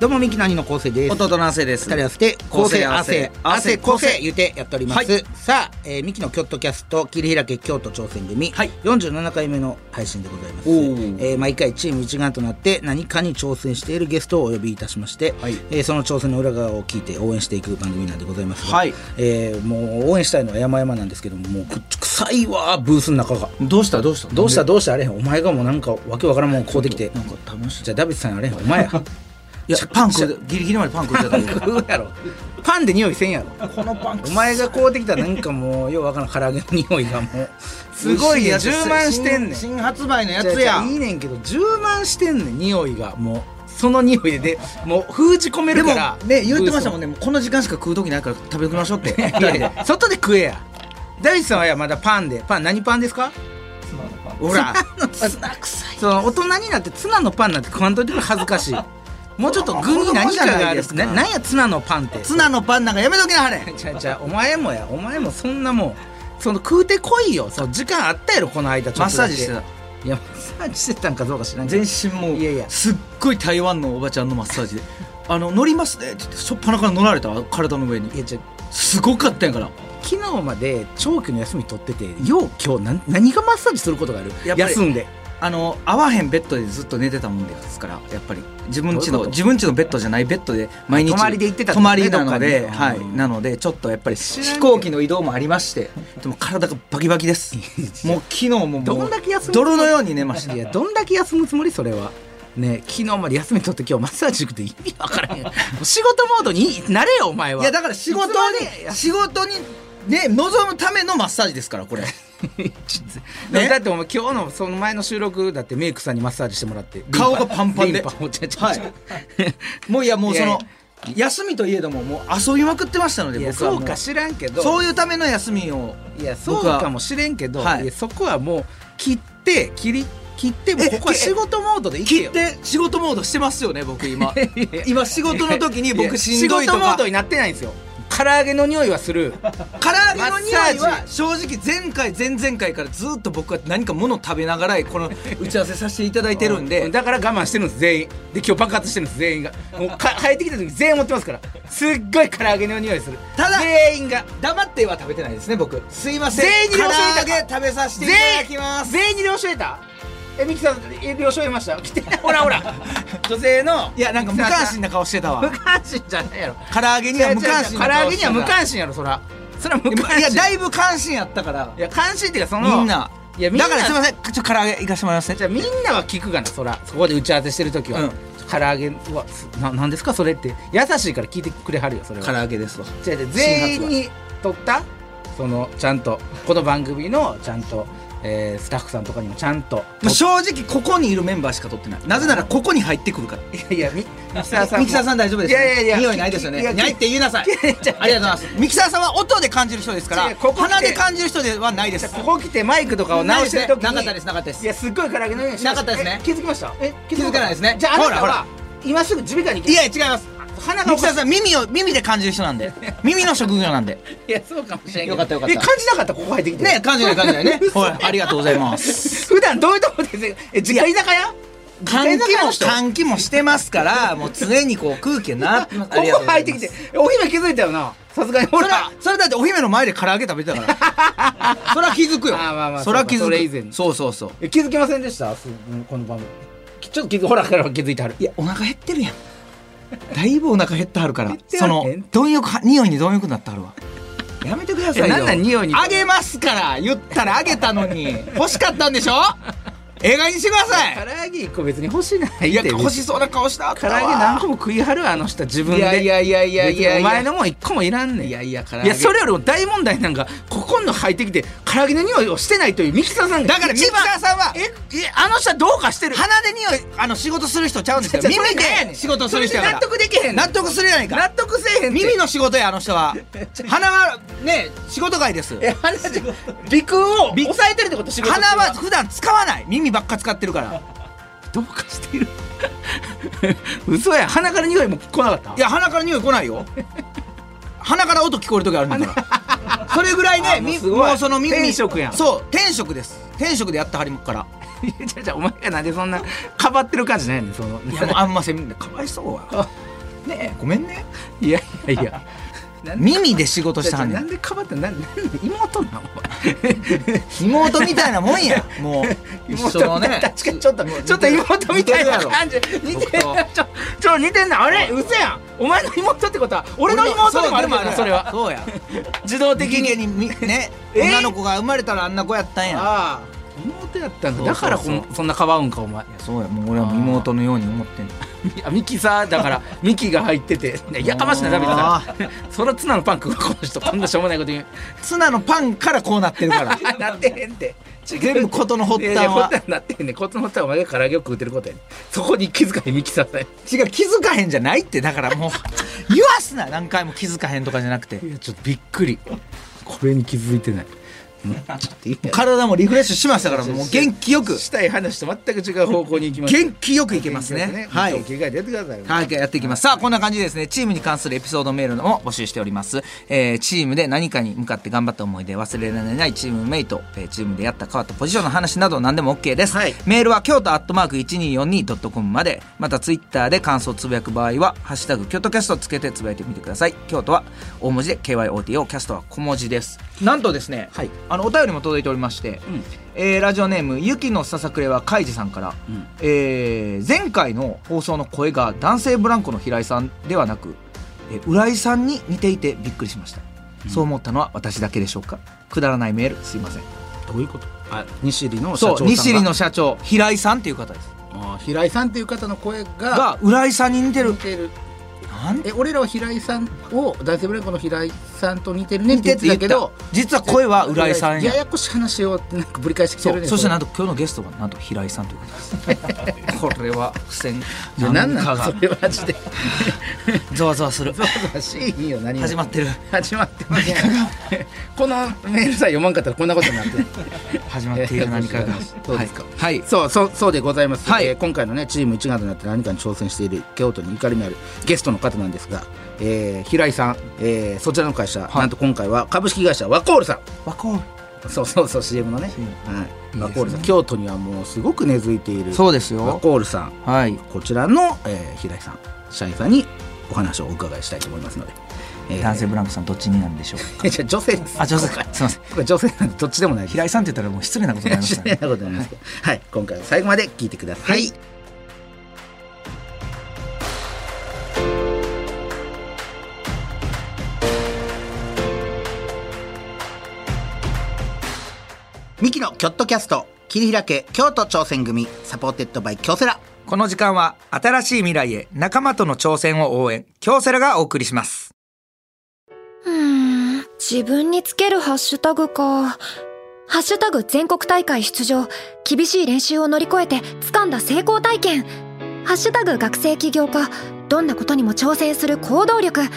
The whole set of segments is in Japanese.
どうもミキナニの構成です弟の汗です二人合わせて構成構成汗汗汗構構成成言うてやっております、はいさあ、えー、ミキのキョットキャスト切り開け京都挑戦組、はい47回目の配信でございます、えおーー毎回チーム一丸となって何かに挑戦しているゲストをお呼びいたしまして、はいえーその挑戦の裏側を聞いて応援していく番組なんでございますが、はいえーもう応援したいのは山々なんですけどももうく臭いわーブースの中がどうしたどうしたどうしたどうしたあれへんお前がもうなんかわけわからんもん買うてきてなんか楽しいじゃあダビッドさんあれへんお前や いやパン食うギリギリまでパン食っちゃったけ食うやろパンで匂いせんやろこのパンお前がこうできたなんかもうようわからん唐揚げの匂いがもうすごいね充満してんねん新発売のやじゃつあじゃやあいいねんけど充満してんねん匂いがもうその匂いででもう封じ込めでるもからね言ってましたもんねねもうこの時間しか食う時ないから食べましょうって二いや人いでや外で食えや大地さんはやまだパンでパン何パンですかほらツナ臭いその大人になってツナのパンなんて食わんといてくれ恥ずかしいもうちょっと具に何か子供じゃがなあいでるすかななんやツナのパンってツナのパンなんかやめときなはれちゃうちゃうお前もやお前もそんなもんその食うてこいよその時間あったやろこの間ちょマッっとサだーけジしてたいやマッサージしてたんかどうか知らんけ全ど身もういやいやすっごい台湾のおばちゃんのマッサージで「あの乗りますね」って言ってしょっぱなから乗られた体の上にいやじゃすごかったんやから昨日まで長期の休み取っててよう今日なん何がマッサージすることがあるやっぱり休んであの合わへんベッドでずっと寝てたもんですからやっぱり自分ちどういうこのと自分ちのベッドじゃないベッドで毎日泊まりで行ってたって泊ことねどまりなのでっかにはいうんなのでちょっとやっぱり知らんけど飛行機の移動もありましてでも体がバキバキですもう昨日ももうどんだけ休む泥のように寝ましたいやどんだけ休むつもりそれはね昨日まで休み取って今日マッサージ行くって意味わからへんもう仕事モードになれよお前はいやだから仕事いつまでに仕事にね望むためのマッサージですから これねだってお前今日のその前の収録だってメイクさんにマッサージしてもらって顔がパンパンでリンパをちゃちゃはちゃいもういやもうそいやの休みといえどももう遊びまくってましたのでいや僕はそもうか知らんけどそういうための休みをいやそ僕うはかもしれんけど、はいいやそこはもう切って切り切ってもうえここはえ仕事モードでいけ切よって仕事モードしてますよね僕今 いや今仕事の時にいや僕しんどいと仕事モーかドになってないんですよ唐揚げの匂いはする唐揚げの匂いマッサは正直前回前々回からずっと僕は何か物を食べながらこの打ち合わせさせていただいてるんうでだから我慢してるんです全員で今日爆発してるんです全員がもうか入ってきた時全員持ってますからすっごい唐揚げの匂いするただ全員が黙っては食べてないですね僕すいません全員に了承唐得揚げ食べさせていただきます全員全員に了承得たえミキさんえ了承得ました来てほらほら女性のいやなんか無関心な顔してた無わ関心じゃないやろ唐揚げには無関心唐な揚顔げしてにはた無関心やろそらそら無関心いやだいぶ関心やったからいや関心っていうかそのみんないやみんなだからすいませんちょっと唐揚げ行かしてもらいますねじゃあみんなは聞くがなそらそこで打ち合わせしてる時は、うん唐揚げうわすななんですかそれって優しいから聞いてくれはるよそれは唐揚げですわ違う違う全員にとったそのちゃんとこの番組のちゃんと、えースタッフさんとかにもちゃんとまあ正直ここにいるメンバーしか取ってないなぜならここに入ってくるからいやいやミミキサーさんもミキサーさん大丈夫ですかいやいやいや匂いないですよいやねいやないって言いなさいありがとうございますミキサーさんは音で感じる人ですか違うらここ来て鼻で感じる人ではないですここ来てマイクとかを直してる時になかったですなかったですいやすっごい唐揚げの匂いしまなかったですねえ気づきましたえ気づかないですねじゃああなたほらはほ今すぐ耳鼻科に行いけや違います鼻がミおキかしサーいさん耳を耳で感じる人な んで耳の職業なんでいやそうかもしれんけどよかったよかったえ感じなかったここ入ってきてね感じない感じな いねほらありがとうございます普段どういうとこでえ自家居酒屋自家居酒換気屋のも人換気もしてますからもう常にこう空気がなってま すここ入ってきてえお姫気づいたよなさすがにほそれらはそれだってお姫の前で唐揚げ食べてたから それは気づくよあーまあまあそれは気づそくうかそれ以前そうそうそうえ気づきませんでしたすこの番組きちょっと気づほらほら気づいてはるいやお腹減ってるやんだいぶお腹減ってはるからてはそるの貪欲は匂いに貪欲になってはるわやめてくだえなんなん匂いにあげますから言ったらあげたのに欲しかったんでしょ映画にしてください唐揚げ一個別に欲しないっていや欲しそうな顔した唐揚げ何個も食いはるわあの人自分いでやいやいやいやいや別にお前のもん一個もいらんねんいやいや唐揚げいやそれよりも大問題なんかこここんの履いてきて唐揚げの匂いをしてないというミキサーさんがだからミキサーさんは一番ええあの人はどうかしてる鼻で匂いあの仕事する人ちゃうんですよじゃあ耳それ何やねでん仕事する人やからそれで納得できへんの納得するやないか納得せえへんって耳の仕事やあの人は鼻はね仕事外ですえ鼻じゃ鼻腔を抑えてるってこと仕事中鼻は普段使わない耳ばっか使ってるからどうかしている 嘘や鼻から匂いも来なかったいや鼻から匂い来な いよ鼻から音聞こえる時あるんだからそれぐらいあねもうみすごいもうその耳天職やんそう天職です天職でやってはりもっからいやじゃあじゃあお前がなんでそんなかばってる感じないねんそのいやもうあんませんかわいそ うやねえごめんねいやいやい や耳で仕事しじたゃあはんねなんんでかばってなんなんで妹なんお妹みたいなも んやもう前一緒のね確かにちょっとちょっと妹みたいな感じ似てる僕とちょちょ似てんなあれ嘘やんお前の妹ってことは俺の妹でもあるもんなそれはそうや自動的的にににみねえー女の子が生まれたらあんな子やったんやああ妹やったんだだそかうそらうこそうんそんなかばうんかお前いやそうやもう俺はもう妹のように 思ってんのあミキさだ からミキが入っててねやかましいなダメだなそらツナのパン食うこの人こんなしょうもないこと言うツナのパンからこうなってるから なってへんって全部事の発いやいや端は発端になってへんねんこっちの発端はお前が唐揚げを食うてることやねんそこに気遣いミキさんさんい違う気づかへんじゃないってだからもう 言わすな何回も気づかへんとかじゃなくてやちょっとびっくりこれに気づいてないもうちょっといいや体もリフレッシュしましたからもう元気よくしたい話と全く違う方向に行きます元気よくいけますねははいい切り替えてやってくださいはい、やっていきます。さあ、こんな感じでですね、チームに関するエピソードメールも募集しております。えーチームで何かに向かって頑張った思い出、忘れられないチームメイト、えーチームでやった変わったポジションの話など何でも OK です。はいメールは京都アットマーク 1242.com まで、またツイッターで感想をつぶやく場合は、ハッシュタグ京都キャストをつけてつぶやいてみてください。京都は大文字で KYOTO、キャストは小文字です。なんとですね、はいあの、お便りも届いておりまして、んえーラジオネーム、ゆきのささくれはかいじさんから、うんえー前回の放送の声が男性ブランコの平井さんではなく、えー浦井さんに似ていてびっくりしました、そう思ったのは私だけでしょうかくだらないメールすいませんどういうことあ西里の社長そうさんが西里の社長平井さんっていう方ですあー平井さんっていう方の声がが浦井さんに似てる似てるなんてえ俺らは平井さんを男性ブレンコの平井さんと似てるねって言ってたけど実は声は浦井さんやややこしい話をなんかぶり返してきてそるねうそしてなんんと今日のゲストがなんと平井さんという方です これは付箋じゃあ何なかのがそれマジ でざわざわ するおかしいよ何も始まってる始まってませんこのメールさえ読まんかったらこんなことになってる 始まっている何かがそうですかはい、はいそうそうそうでございます、はいえー今回のねチーム一丸となって何かに挑戦している京都に怒りのあるゲストの方なんですが、えー平井さん、えーそちらの会社、いなんと今回は株式会社ワコールさんわこそうそうそう CM のね、はいいいですねワコールさん京都にはもうすごく根付いているうそうですワよコールさんはいこちらの、えー平井さん社員さんにお話をお伺いしたいと思いますので、えー男性ブランコさんどっちになんでしょうじゃあ女性ですあ女性かすいませんこれ女性なんでどっちでもないです平井さんって言ったらもう失礼なことになりました失礼ねなことになりますけどはい、今回は最後まで聞いてください、ミキのキョットキャスト切り開け京都挑戦組サポーテッドバイ京セラこの時間は新しい未来へ仲間との挑戦を応援京セラがお送りしますうーん自分につけるハッシュタグか。ハッシュタグ全国大会出場。厳しい練習を乗り越えて掴んだ成功体験。ハッシュタグ学生起業家。どんなことにも挑戦する行動力。ハ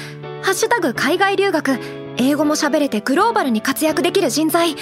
ッシュタグ海外留学。英語も喋れてグローバルに活躍できる人材。って、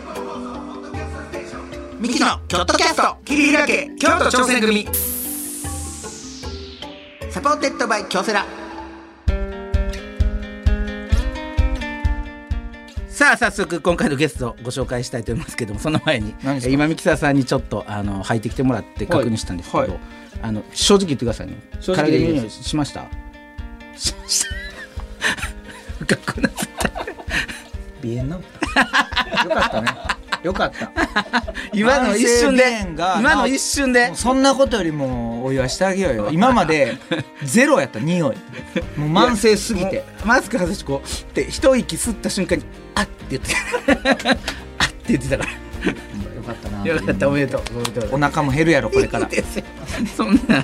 ミキのキョットキャスト切り開け京都挑戦組サポーテッドバイ京セラさあ早速今回のゲストをご紹介したいと思いますけどもその前に何ですかえ今ミキサーさんにちょっとあの履いてきてもらって確認したんですけど、はいはいあの正直言ってくださいね正直でいいで唐揚げすの匂いしました し ました深くなった鼻炎治ったよかったねよかった今の一瞬男性で弁が今の一瞬でもうそんなことよりもお祝いしてあげようよ今までゼロやった匂いもう慢性すぎてもうマスク外してこうって一息吸った瞬間にあっって言ってた あっって言ってたかよかったならよかったおめでとうおめでとうお腹も減るやろこれからいいですよそんな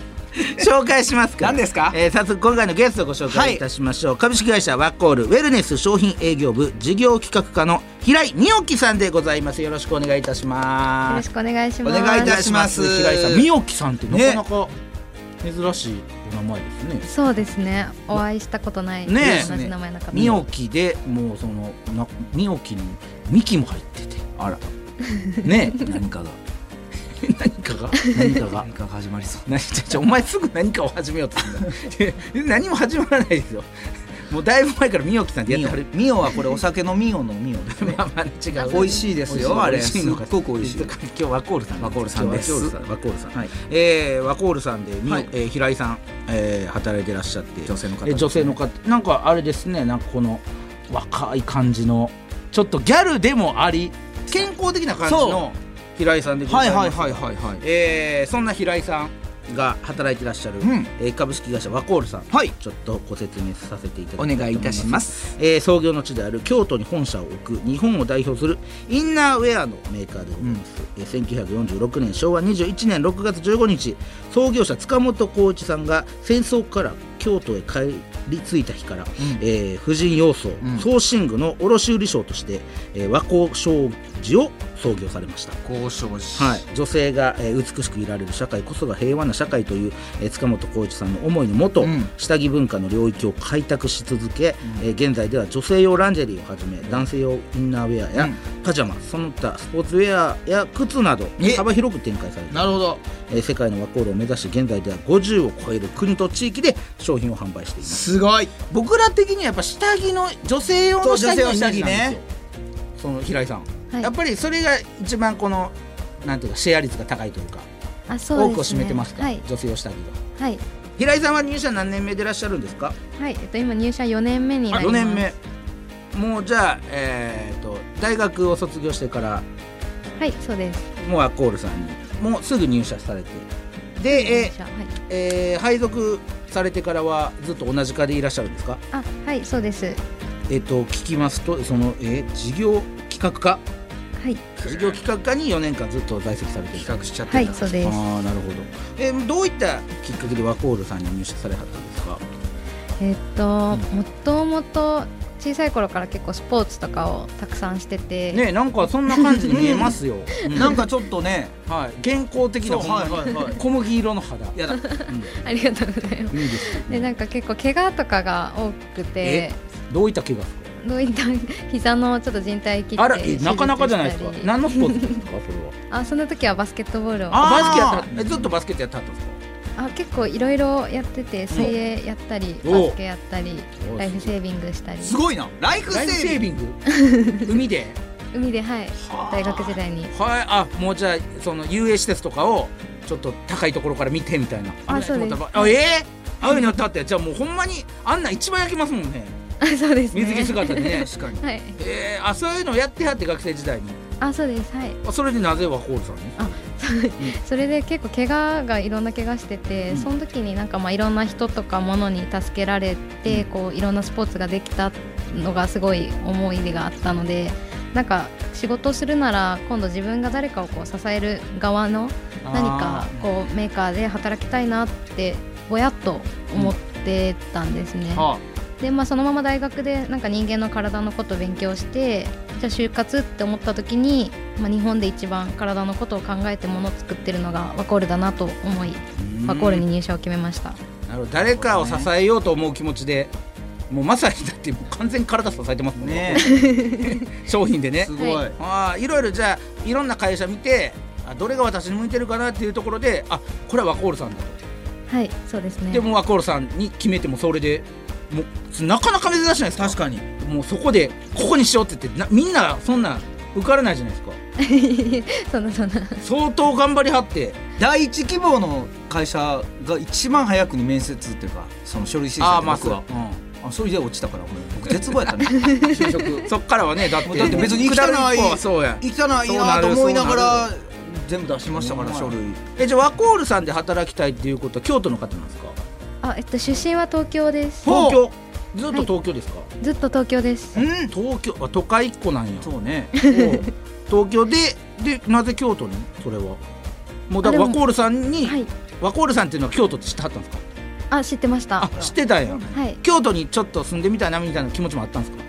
紹介しますから何ですかえー早速今回のゲストをご紹介いたしましょう、株式会社ワッコールウェルネス商品営業部事業企画課の平井美沖さんでございますよろしくお願いいたしよろますしくお願いしおます。願いいたしますお願いいた平し井ますさん美沖さんってなかなか珍しいお名前ですねそうですね。お会いしたことない。ねえ同じ名前の方。ミオキでもうそのなミオキにミキも入っててあら ねえ何かが何かが何かが何かが始まりそう何ちょちょお前すぐ何かを始めようとするんだ 何も始まらないですよもうだいぶ前からミオキさんってやっミてオはるミオはこれお酒のミオのミオですね まあまあ違う美味しいですよあれ美味しいのかすっごく美味しい今日ワコールさんワコールさんです今日ワコールさんワコールさんはいえー、ワコールさんで、みおはいえー平井さん、えー働いてらっしゃって女性の方えー女性の方なんかあれですねなんかこの若い感じのちょっとギャルでもあり健康的な感じの平井さんでござはいいますはいはいはいはいえーそんな平井さんが働いてらっしゃる、うんえー株式会社ワコールさん、はいちょっとご説明させていただきたいとお思います願いいたしますえー創業の地である京都に本社を置く日本を代表するインナーウェアのメーカーでございます、えー1946年昭和21年6月15日創業者塚本浩一さんが戦争から京都へ帰り着いた日から、えー婦人要装、ん装身具の卸売商として、えー和光商事を創業されました交渉しはい、女性が、えー美しくいられる社会こそが平和な社会という、えー塚本浩一さんの思いのもと、うん下着文化の領域を開拓し続け、えー現在では女性用ランジェリーをはじめ男性用インナーウェアや、うんパジャマその他スポーツウェアや靴などえ幅広く展開されていますなるほどえー世界のワコールを目指し現在では50を超える国と地域で商品を販売していますすごい僕ら的にはやっぱ下着の女性用の下着のイメージなんですよそう女性用のその平井さん、はいやっぱりそれが一番このなんていうかシェア率が高いというかあ、そうです、ね。多くを占めてますから、はい。女性用下着がはい。平井さんは入社何年目でいらっしゃるんですかはい。えっと今入社4年目になり4ます。年目もうじゃあ、えー、と大学を卒業してからはい、そうです。もうアコールさんにもうすぐ入社されてで入、社はい。えーえー配属されてからはずっと同じ課でいらっしゃるんですかあ、はい、そうです。えっ、と聞きますとその、えー事業企画課はい。事業企画課に4年間ずっと在籍されてる企画しちゃってたはい、そうです。ああなるほど、えーどういったきっかけでワコールさんに入社されはったんですかえっと、もともと小さい頃から結構スポーツとかをたくさんしてて、ねえなんかそんな感じに見え ますよ、うんなんかちょっとねはい、健康的なそうほんまにはいはいはい小麦色の肌い やだありがとうございます。いですよでなんか結構怪我とかが多くて、どういった怪我ですどういった膝のちょっと人体切ってかあらえなかなかじゃないです手か術したり何のスポーツですかそれはあその時はバスケットボールをああーバスケやったえずっとバスケットやってはったんですかあ結構いろいろやってて水泳やったりおうバスケやったりライフセービングしたりすごいなライフライフセセーービングビング海で海ではい大学時代に はいあもうじゃあその遊泳施設とかをちょっと高いところから見てみたいな危あないそうですと思ったらあええああいうのにあったってじゃあもうほんまにあんなん一番焼けますもんねあそうですね水着姿で ね確かにはいえー、あそういうのやってはって学生時代にあそうですはいあそれでなぜワコールさんにそれで結構怪我がいろんな怪我してて、その時になんかまあいろんな人とか物に助けられて、こういろんなスポーツができたのがすごい思い出があったのでなんか仕事をするなら今度自分が誰かをこう支える側の何かこうメーカーで働きたいなってぼやっと思ってたんですね。はでまあ、そのまま大学でなんか人間の体のことを勉強してじゃあ就活って思った時に、まあ、日本で一番体のことを考えてものを作ってるのがワコールだなと思いワコールに入社を決めましたなるほど誰かを支えようと思う気持ちで、もうまさにだってもう完全に体支えてますもんねね 商品でねすごはいああいろいろじゃあいろんな会社見てあどれが私に向いてるかなっていうところであこれはワコールさんだと、はいそうですねでもワコールさんに決めてもそれでもうなかなか珍しいじゃないですか確かにもうそこでここにしようって言ってなみんなそんな受からないじゃないですかそんなそんな相当頑張りはって第一希望の会社が一番早くに面接っていうかその書類審査あであまあ僕そうはあそれで落ちたから俺僕絶望 やったね就職そっからはねだってだって別に生きてない下る一歩はそうや行きたないそうななると思いながらそ全部出しましたからうん書類えじゃあワコールさんで働きたいっていうことは京都の方なんですか あえっと出身は東京です東京ずっと東京ですか、ずっと東京ですうん東京あ都会っ子なんやそうねおう東京ででなぜ京都にそれはもうだからあでもワコールさんに、はいワコールさんっていうのは京都って知ってはったんですかあ知ってましたあ知ってたんやはい京都にちょっと住んでみたいなみたいな気持ちもあったんですか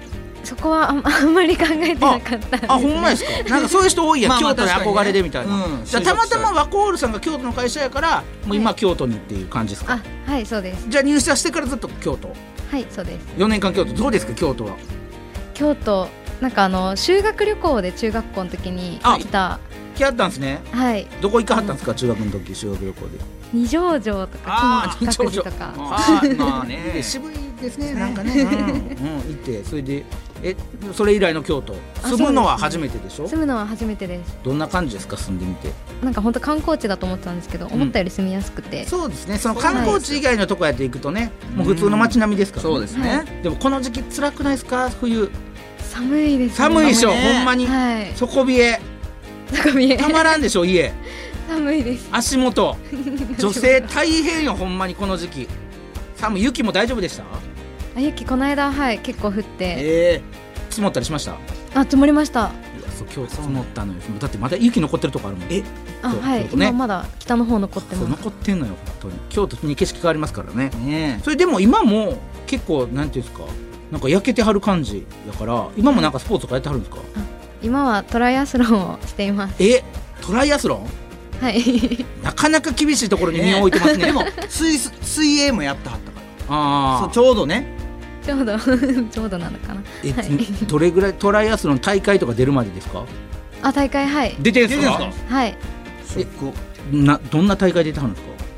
そこはあん あんまり考えてなかったあほんまですかなんかそういう人多いやんまあまあ京都に確かにね憧れでみたいな、うんじゃあたまたまワコールさんが京都の会社やからもう今京都にっていう感じですか、あはいそうですじゃあ入社してからずっと京都はいそうです4年間京都どうですか京都は京都なんかあの修学旅行で中学校の時にあ来た来はったんですねはいどこ行かはったんですか中学の時修学旅行で二条城とあかー金閣寺とかあーまあで ね渋いですねなんかね、うん、うん行ってそれでえそれ以来の京都住むのはそうで初すめてでしょ住むのは初めてですどんな感じですか住んでみてなんか本当観光地だと思ってたんですけど、思ったより住みやすくてそうですねその観光地以外のとこやって行くとねもう普通の街並みですから、そうですねでもこの時期辛くないですか冬寒いですね寒いでしょ、寒いねほんまに、はい底冷えなんか見えたまらんでしょ家寒いです足 元女性大変よほんまにこの時期寒い雪も大丈夫でしたあ雪この間はい結構降ってええ積もったりしましたいあ積もりましたやそう今日積もったのよだってまだ雪残ってるとこあるもんえあそうはい、そうね今まだ北の方残ってそうます残ってんのよ本当に京都に景色変わりますからねねそれでも今も結構なんていうんですかなんか焼けてはる感じだから今もなんかスポーツとかやってはるんですか今はトライアスロンをしていますえトライアスロンはい なかなか厳しいところに身を置いてますねでも水す水泳もやってはったかあらあそうちょうどねちょうど ちょうどなのかなえ どれぐらいトライアスロン大会とか出るまでですかあ大会はい出てるんですか出てんはいショックなどんな大会出てはるんです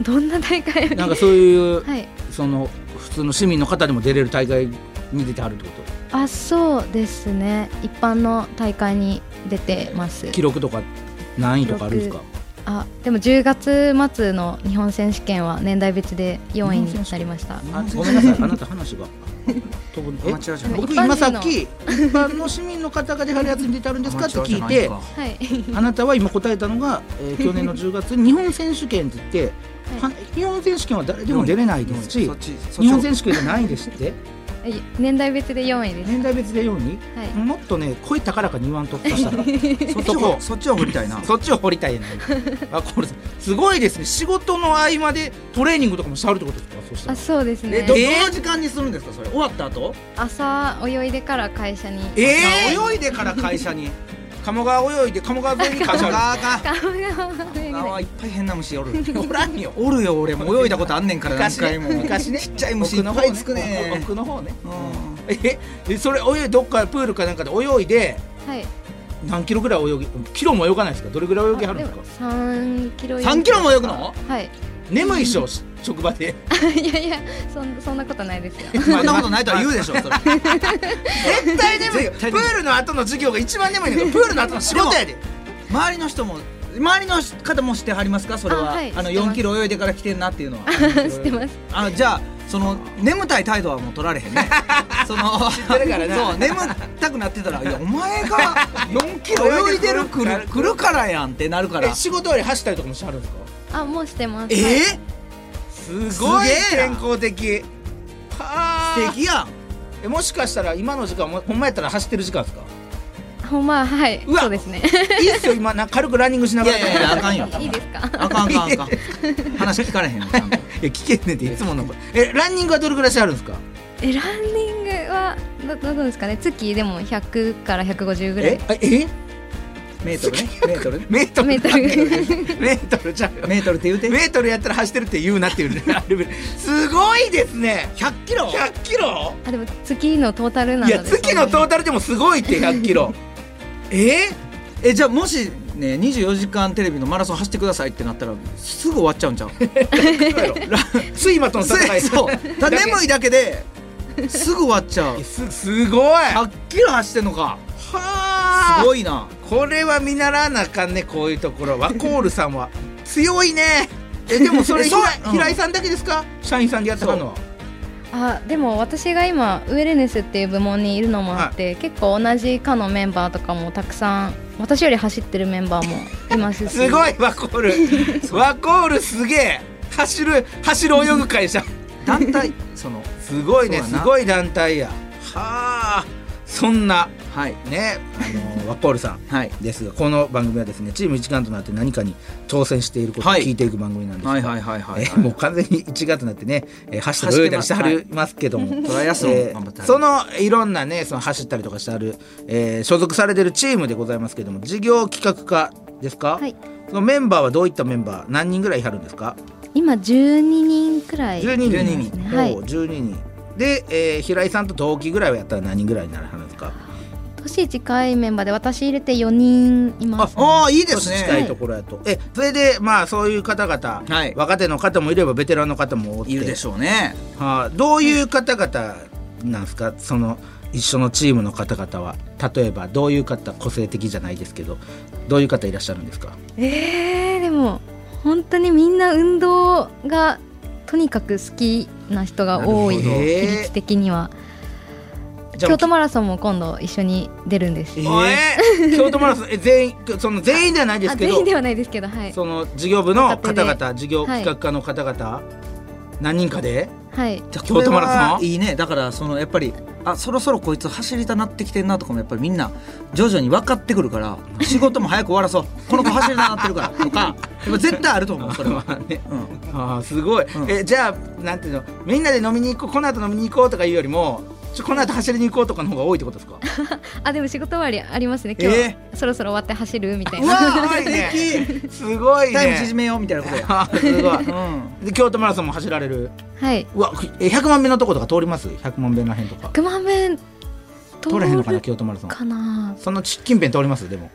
どんな大会かなんかそういう、はいその普通の市民の方でも出れる大会に出てはるってことあそうですね一般の大会に出てます記録とか何位とかあるんですかあでも10月末の日本選手権は年代別で4位になりましたあごめんなさいあなた話が飛ぶ えアマチュアじゃない僕一般人今のさっき一般の市民の方が出はるやつに出てあるんですかって聞いてはいあなたは今答えたのが、えー去年の10月日本選手権って言って、はは日本選手権は誰でも出れないですしそっちそっち日本選手権じゃないですってい 年代別で4位です年代別でように、はいもっとね声高らかに言わんとった したらそっちをそっちを振りたいなそっちを掘りたいねあこれすごいですね仕事の合間でトレーニングとかもしてはるってことですかそしたあらそうですえねどどの時間にするんですかそれ終わった後朝泳いでから会社にえ泳いでから会社に鴨川泳いで鴨川沿いに会社あるあかん泳あーいっぱい変な虫 おるおらんよおるよ俺も泳いだことあんねんから何回も昔ねちっちゃい虫いっぱいつくね奥の方ねうんええそれ泳いどっかプールかなんかで泳いではい何キロぐらい泳ぎキロも泳がないですかどれぐらい泳ぎはるんですか3キロ以上3キロも泳ぐのはい 眠いっしょし職場でいやいやそんそんなことないですよそんなことないとは言うでしょそれ絶対眠いよプ絶対眠いールの後の授業が一番眠いんだけどプールの後の仕事やで周りの人も周りの方もしてはりますかそれはああ,、はのいしてます4キロ泳いでから来てんなっていうのは知ってますあじゃあその眠たい態度はもう取られへんねそのってるからなそう眠たくなってたら「いやお前が4キロ泳いでるくるくるからやん」ってなるからえ仕事より走ったりとかもしてはるんですかあもうしてますえはいーすごい健康的は素敵やんあもしかしたら今の時間もほんまやったら走ってる時間ですか ほんまはいわそうですね いいっすよ今な軽くランニングしないがらやいやいやあかんよいいですかあかんあかんあかん 話聞かれへんよちゃんいとや聞けんねんっていつもの声えランニングはどれぐらいしてあるんですかえランニングはどどうですかね月でも100から150ぐらいあえメートルねメートルねメートルメートルメートルじゃんメートルって言うてメートルやったら走ってるって言うなっていうねレベルすごいですね100キロ100キロあでも月のトータルないのでや月のトータルでもすごいって100キロええじゃあもしね24時間テレビのマラソン走ってくださいってなったらすぐ終わっちゃうんちゃうー、睡魔との戦いそうだから眠いだけですぐ終わっちゃ うすすごいは100キロ走ってんのかあすごいなこれは見習わなあかんねこういうところワ コールさんは強いねえでもそれえそう平井うん平井さんだけですか社員さんでやってはるのはあでも私が今ウェルネスっていう部門にいるのもあって、結構同じ課のメンバーとかもたくさん私より走ってるメンバーもいま すしすごいワコー ルワコールすげえ走る走る泳ぐ会社団体そのすごいねそうすやなごい団体やはあそんなはいねあのワコールさんはいですがこの番組はですねチーム一丸となって何かに挑戦していることをはい聞いていく番組なんですが、はいはいはいはえい、はいーもう完全に一丸となってね、えー、走ったり泳いだりしてはりますけど も、トライアスロンえー頑張ってはるそのいろんなねその走ったりとかしてはる、えー所属されてるチームでございますけども事業企画課ですか、はいそのメンバーはどういったメンバー何人ぐらいいはるんですか、今12人くらい12人ですねはいおう12人で、えー平井さんと同期ぐらいはやったら何人ぐらいになるはるんですか年近いメンバーで私入れて4人います、ね、ああいいです年ね近いところやと、えそれでまあそういう方々、はい若手の方もいればベテランの方もおっているでしょうねはあ、どういう方々なんですかその一緒のチームの方々は例えばどういう方個性的じゃないですけどどういう方いらっしゃるんですかえー、でも本当にみんな運動がとにかく好きな人が多いなるほど比率的にはじゃあ京都マラソンも今度一緒に出るんですえー京都マラソンえ全員その全員ではないですあけ全ど員ではないですけどはいその事業部の若手で方々事業企画課の方々、何人かではいじゃあ京都マラソンこれはいいねだからそのやっぱりあそろそろこいつ走りたなってきてんなとかもやっぱりみんな徐々に分かってくるから仕事も早く終わらそうこの子走りたなってるからとか やっぱ絶対あると思うそれは、ねうん、ああすごい、うんえじゃあなんていうのみんなで飲みに行こうこの後飲みに行こうとかいうよりもちょこの後走りに行こうとかの方が多いってことですかあでも仕事終わりありますね今日、えそろそろ終わって走るみたいわなあ多いね すごいねタイム縮めようみたいなことや、あーす ごいうん、で京都マラソンも走られるはい。うわえ100万遍のとことか通ります100万遍らへんとか熊本通通らへんのかなる京都マラソンかな。その近辺通りますでも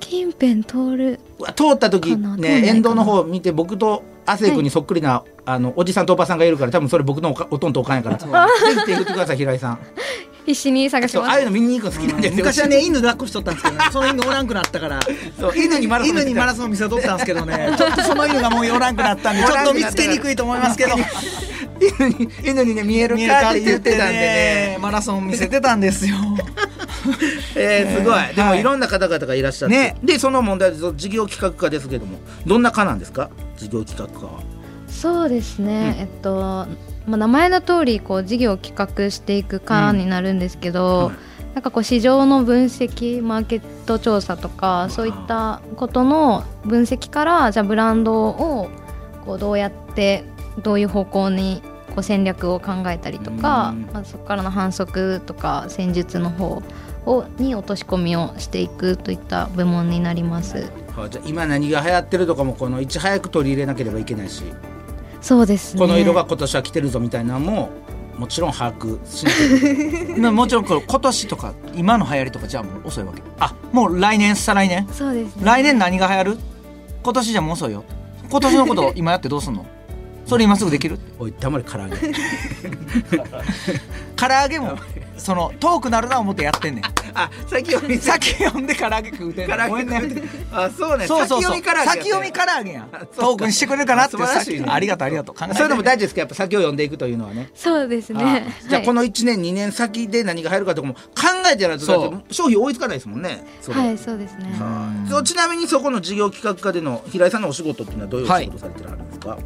近辺通る。うわ通った時かな通んないねかな沿道の方見て僕と亜生君にそっくりな、あのおじさんとおばさんがいるから多分それ僕のおかおとんとおかんやからぜひ手振ってください平井さん必死に探しそうまああいうす。の見に行くの好きなんですよ昔はね犬抱っこしとったんですけどねその犬おらんくなったからそう犬にマラソン犬にマラソンソン見せとったんですけどねちょっとその犬がもうおらんくなったんでちょっと見つけにくいと思いますけど 犬に犬にね見える見えるかかっってて言言っっててたたんんででねねマラソン見せてたんですよえー、すごい、でもはいいろんな方々がいらっしゃって、ねでその問題でその事業企画課ですけどもどんな課なんですか事業企画課はそうですね。えっと、まあ、名前の通りこう事業を企画していく課になるんですけど、なんかこう市場の分析、マーケット調査とかそういったことの分析からじゃあブランドをこうどうやってどういう方向にこう戦略を考えたりとうか、んまあ、そこからの反則とか戦術の方をに落とし込みをしていくといった部門になります。あじゃあ今何が流行ってるとかもこのいち早く取り入れなければいけないし、そうですね。この色が今年は来てるぞみたいなのももちろん把握しなきゃ いけないまあもちろんこれ今年とか今の流行りとかじゃあもう遅いわけあもう来年再来年そうですね。来年何が流行る今年じゃもう遅いよ今年の こと今やってどうすんのそれ今すぐできるおい黙れ唐揚げ唐揚げもその遠くなるな思ってや ってんねんあ先読み先読んで唐揚げ食うてん 唐ねんごめん揚ねげあそうねそうそうそう先読み唐揚げ先読み唐揚げや ん遠くにしてくれるかなって素晴らしいねありがとうありがとう考えてそれでも大事ですかやっぱ先を読んでいくというのはねそうですね。あじゃあはいこの1年2年先で何が入るかとかも考えてないとそうだって商品追いつかないですもんねそれはい、そうですね。はいそうちなみにそこの事業企画課での平井さんのお仕事っていうのはどういうお仕事されてるんですか、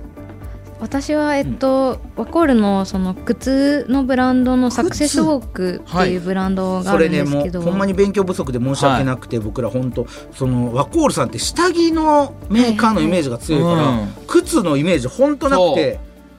私はえっと、ワコールのその靴のブランドのサクセスウォークってはいいうブランドがあそれるんねですもけうど、ほんまに勉強不足で申し訳なくて、僕ら本当そのワコールさんって下着のメーカーのイメージが強いから、うん靴のイメージ本当なくて、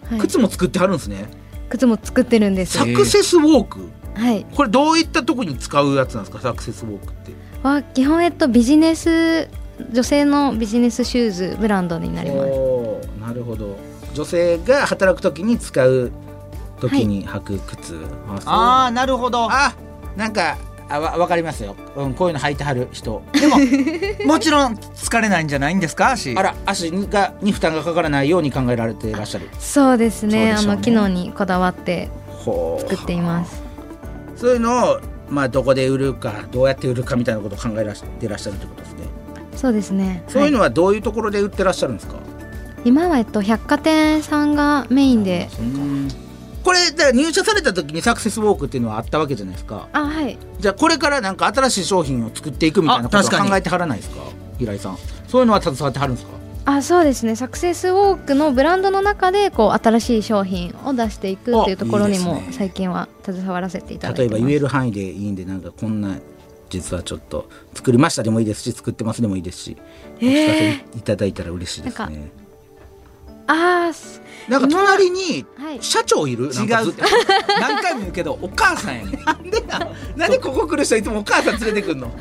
はい靴も作ってはるんですね、靴も作ってるんですサよ。クセスウォークはい。これどういったとこに使うやつなんですかサクセスウォークっては基本えっとビジネス女性のビジネスシューズブランドになります。おーなるほど女性が働く時に使う時に履く靴、あああなるほどああなんかあわわかりますよ、うん、こういうの履いてはる人でももちろん疲れないんじゃないんですか足あら足にがに負担がかからないように考えられていらっしゃるそうですね。そうでしょうあねの機能にこだわってほう作っています。そういうのを、まあ、どこで売るかどうやって売るかみたいなことを考えらしてらっしゃるってことですね、そうですね。そういうはのはどういうところで売ってらっしゃるんですかい今はえっと百貨店さんがメインでうんこれだから入社された時にサクセスウォークっていうのはあったわけじゃないですかあはいじゃあこれからなんか新しい商品を作っていくみたいなことあ確かはに考えてはらないですか平井さんそういうのは携わってはるんですかあそうですねサクセスウォークのブランドの中でこう新しい商品を出していくっていうところにあいもいですね最近は携わらせていただい例えてばます言える範囲でいいんでなんかこんな実はちょっと作りましたでもいいですし作ってますでもいいですし、お聞かせいただいたら嬉しいですなんねあーすなんか隣にはい社長いる、な違んかうずっって何回も言うけどお母さんやねんなんでここ来る人いつもお母さん連れてくんの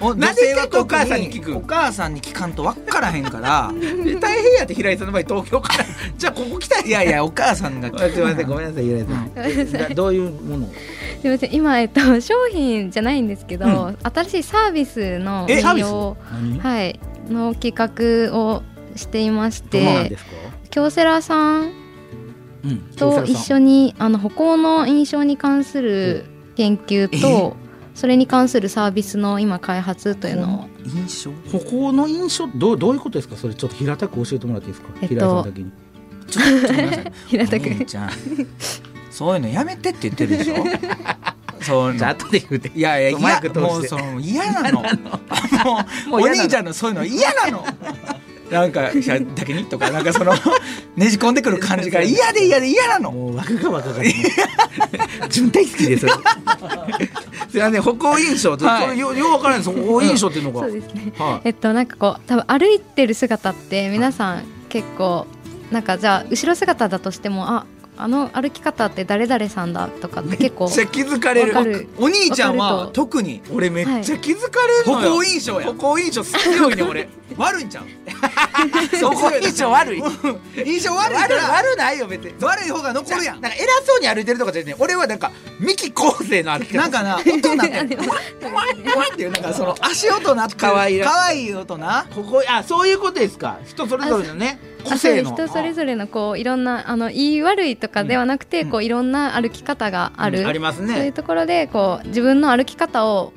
おなんで女性結は構お特母さんにに聞くお母さんに聞かんと分からへんからで大変やって平井さんの場合東京から じゃあここ来たいやいやお母さんが あすいませんごめんなさい平井さん、だどういうものをすみません今えっと商品じゃないんですけど、新しいサービスのえサー運ビス用何はいの企画をしていましどうなんてですか、京セラさんうん、と一緒にあの歩行の印象に関する研究とそれに関するサービスの今開発というのを印象歩行の印象どうどういうことですかそれちょっと平たく教えてもらっていいですか、えっと平井さんだけにちょっとごめん なさい平田お兄君ちゃんそういうのやめてって言って るでしょそういうじゃあの後で言うていやいやいマイやク通してもうその嫌なのもうもうお嫌なの兄ちゃんのそういうの嫌なのなんか「しゃだけに」とかなんかそ のねじ込んでくる感じが嫌で嫌で嫌なのもう若が若がね。純大好き です。すいません、歩行印象って、はいそれよ、ようわからないです。歩行印象っていうのが。そうですねはえっとなんかこう多分歩いてる姿って皆さん結構なんかじゃあ後ろ姿だとしてもああの歩き方って誰々さんだとかって結構めっちゃ気づかれるわかるお兄ちゃんわかるはと特にい。俺めっちゃ気づかれる歩のよ。行印象や歩行印象すごいね、 俺。悪いん ちゃう歩行印象悪い。印象悪いから悪ないよ、別に。悪い方が残るやんなんか偉そうに歩いてるとかじゃね、俺はなんか、三木昴生の歩き方。なんかな 音なってるっていう、なんかその足音なってる可愛いらしい可愛い音なここ、あ、そういうことですか。人それぞれのね。個性の。あそうです人それぞれのこういろんなあの言い悪いとかではなくて、こういろんな歩き方がある、うんありますねそういうところでこう自分の歩き方を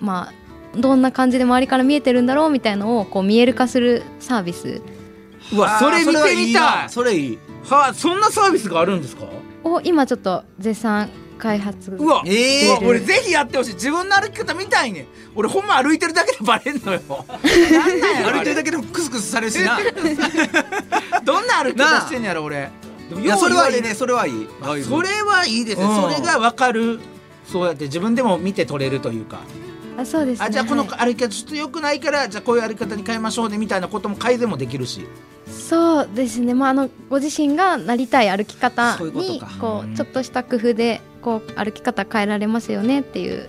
まあどんな感じで周りから見えてるんだろうみたいのをこう見える化するサービスうわ、それ見てみたい。それいいはあ、そんなサービスがあるんですか。を今ちょっと絶賛開発うわ、えーうわ俺ぜひやってほしい自分の歩き方見たいねん俺ほんま歩いてるだけでバレんのよなんなんや歩歩いいててるるだけでもクスクスされるしなどんな歩きなあ方してんやろ俺でもいやそれはいいよねそれはいいう言われるそれはいいですね、うんそれが分かるそうやって自分でも見て取れるというかあそうですねあじゃあこのは歩き方ちょっと良くないからじゃあこういう歩き方に変えましょうねみたいなことも改善もできるしいそうですねまああのご自身がなりたい歩き方そういうことにかこうちょっとした工夫でこう歩き方変えられますよねっていだう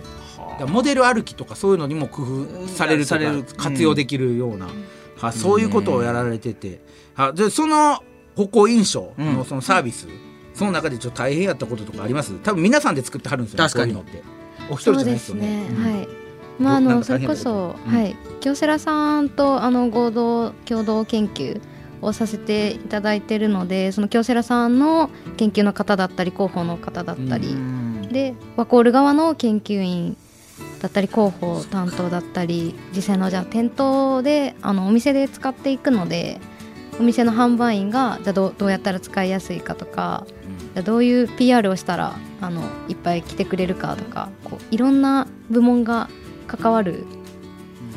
からモデル歩きとかそういうのにも工夫されるとされかる活用できるような、はそういうことをやられてて、はでその歩行印象うのんそのサービス、その中でちょっと大変やったこととかあります多分皆さんで作ってはるんですよね確かにこういうのってお一人じゃないですよねそうですねはい。まああなんのかそ大れ変なこことそ、うんはい、京セラさんとあの合同共同研究をさせていただいているので、その京セラさんの研究の方だったり広報の方だったり、でワコール側の研究員だったり広報担当だったり実際のじゃあ店頭であのお店で使っていくのでお店の販売員がじゃあどうどうやったら使いやすいかとか、じゃあどういう PR をしたらあのいっぱい来てくれるかとかこういろんな部門が関わる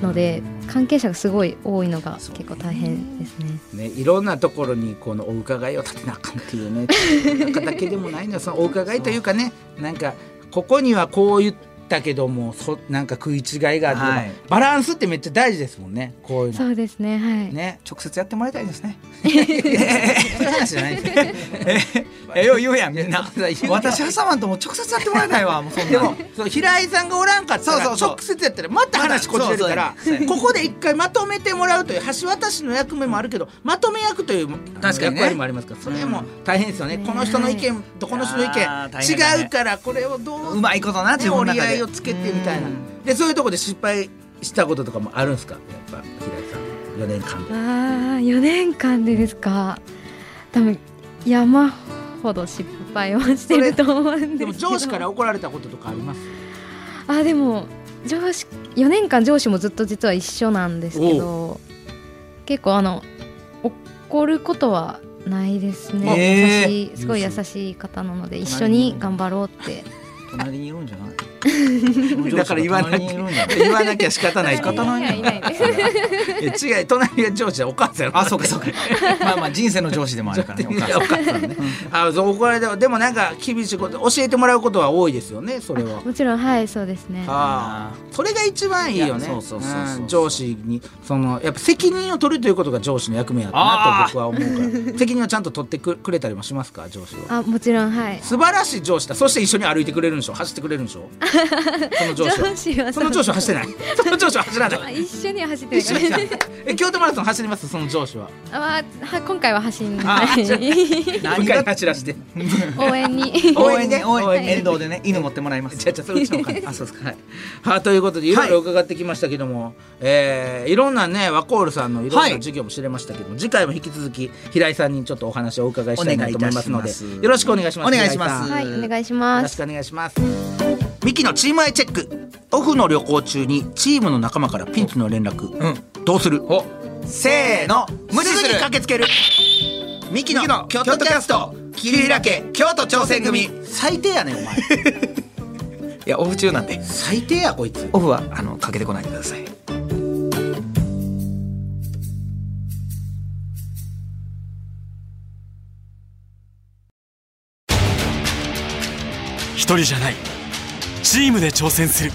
ので関係者がすごい多いのが結構大変ですね。ねいろんなところにこのお伺いを立てなあかんっていう ねなんかだけでもないのよそのお伺いというかねなんかここにはこう言ったけどもそなんか食い違いがあって、はいバランスってめっちゃ大事ですもんねこういうのそうですねはいね直接やってもらいたいですねそういう話じゃないんですよえよう言うやんみんなう私挟まんともう直接やってもらえないわもうそん なんでもそう平井さんがおらんかったらそうそうそう直接やったらまた話こじれるからそうそうそうここで一回まとめてもらうという橋渡しの役目もあるけどまとめ役という確かに役ね割もありますからそれも大変ですよね、この人の意見とこの人の意いやー大見変だね違うからこれをどううまいことな自分の折中りで合いをつけてみたいなうんでそういうところで失敗したこととかもあるんですかやっぱ平井さん4年間で。あー4年間でですか多分山ほど失敗をしてると思うんですけどでも上司から怒られたこととかありますあでも上司4年間上司もずっと実は一緒なんですけど結構あの怒ることはないですえね、ー優しいすごい優しい方なので一緒に頑張ろうって隣にいるんじゃ ないだから言わな隣にいきるゃんじゃない言わなきゃ仕方 ないっていうないいないですいや違う隣は上司だお母さんやろあそうかそうかまあまあ人生の上司でもあ るからねお母いさやんお母さんねあそう怒られてもでもなんか厳しいこと教えてもらうことは多いですよねそれはもちろんはいそうですねああそれが一番いいよねいやそうそうそうそうそうん上司にそのやっぱ責任を取るということが上司の役目やったなと僕は思うから責任をちゃんと取ってくくれたりもしますか上司はあもちろんはい素晴らしい上司だそして一緒に歩いてくれるんでしょ走ってくれるんでしょその上司 は上司はその上司は走ってないその上司は走らなあい一緒には走って一緒にるえ京都マラソン走りますその上司はあわは今回は走んあない 何が走らして応援にお応援ね応応援援ね沿道でね犬持ってもらいますじゃあじゃあそれうちのお金あそうですかはいはということでいろいろ伺ってきましたけども、いえーいろんなねワコールさんのいろんなはい授業も知れましたけども、次回も引き続き平井さんにちょっとお話をお伺いしたいなと思いますのでお願いいたしますよろしくお願いしますお願いし平ます井さんはいお願いしよまろしすくお願いしますミキのチームアイチェックオフの旅行中にチームの仲間からピンチの連絡、うどうするおせーの無視すすぐにる駆けつけるミキのミキの京都キャスト桐平家京都挑戦組最低やねんお 前いやオフ中なんで最低やこいつオフはあのかけてこないでください一人じゃないチームで挑戦する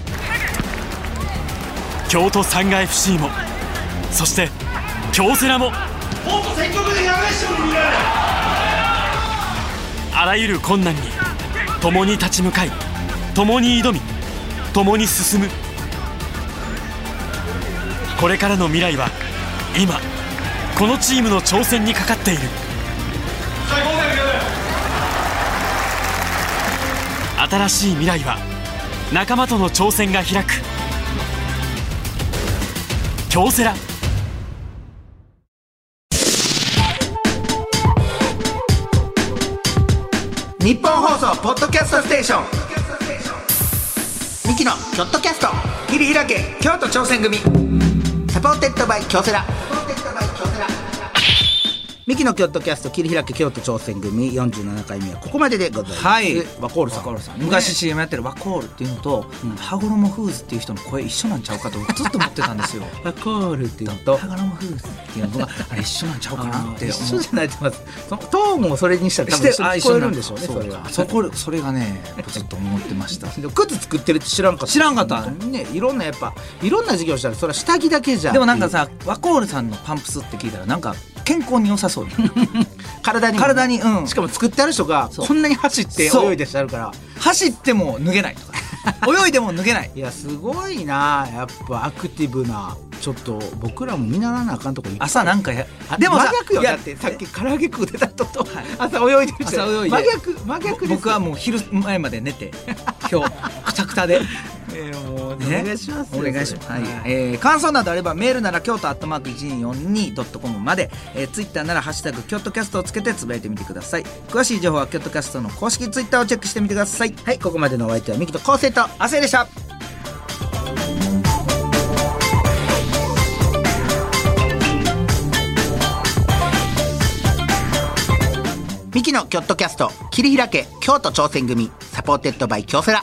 京都サンガ FC もそして京セラもあらゆる困難に共に立ち向かい共に挑み共に進むこれからの未来は今このチームの挑戦にかかっている新しい未来は仲間との挑戦が開く京セラ日本放送ポッドキャストステーションミキのキョットキャスト桐平家京都挑戦組サポーテッドバイ京セラミキのキョットキャスト桐平家京都挑戦組47回目はここまででございます、はいワコールさん昔 CM やってるワコールっていうのと、羽衣フーズっていう人の声一緒なんちゃうかとずっと思ってたん ですよワコールっていうのと羽衣フーズっていうのがあれ一緒なんちゃうかなって一緒思っじゃないと思いますそのトーンをそれにしたら多分一緒に聞こえるんでしょうねそそうれかはそこそれがねずっと思ってましたでも靴作ってるって知らんかった知らんかった本当にねいろんなやっぱいろんな授業したらそれは下着だけじゃでもなんかさワコールさんのパンプスって聞いたらなんか健康に良さそう 体にも体にうんしかも作ってある人がそうこんなに走ってそう泳いでしてあるから走っても脱げないとか泳いでも脱げないいやすごいなやっぱアクティブなちょっと僕らも見習わなあかんとこいっぱい朝なんかやあでもさ真逆よいやだってさっき唐揚げ食うてた人と朝泳いでる人朝泳いで真逆真逆ですよ僕はもう昼前まで寝て 今日くたくたでえーもうねお願いしますおよ願いします、そはれいえー感想などあればメールなら京都アットマーク 1242.com まで、えー、ツイッターなら「ハッシュタグ京都キャスト」をつけてつぶやいてみてください詳しい情報は京都キャストの公式ツイッターをチェックしてみてくださいはいここまでのお相手はミキと昴生と亜生でしたミキのキョットキャスト桐平家京都挑戦組サポーテッドバイ京セラ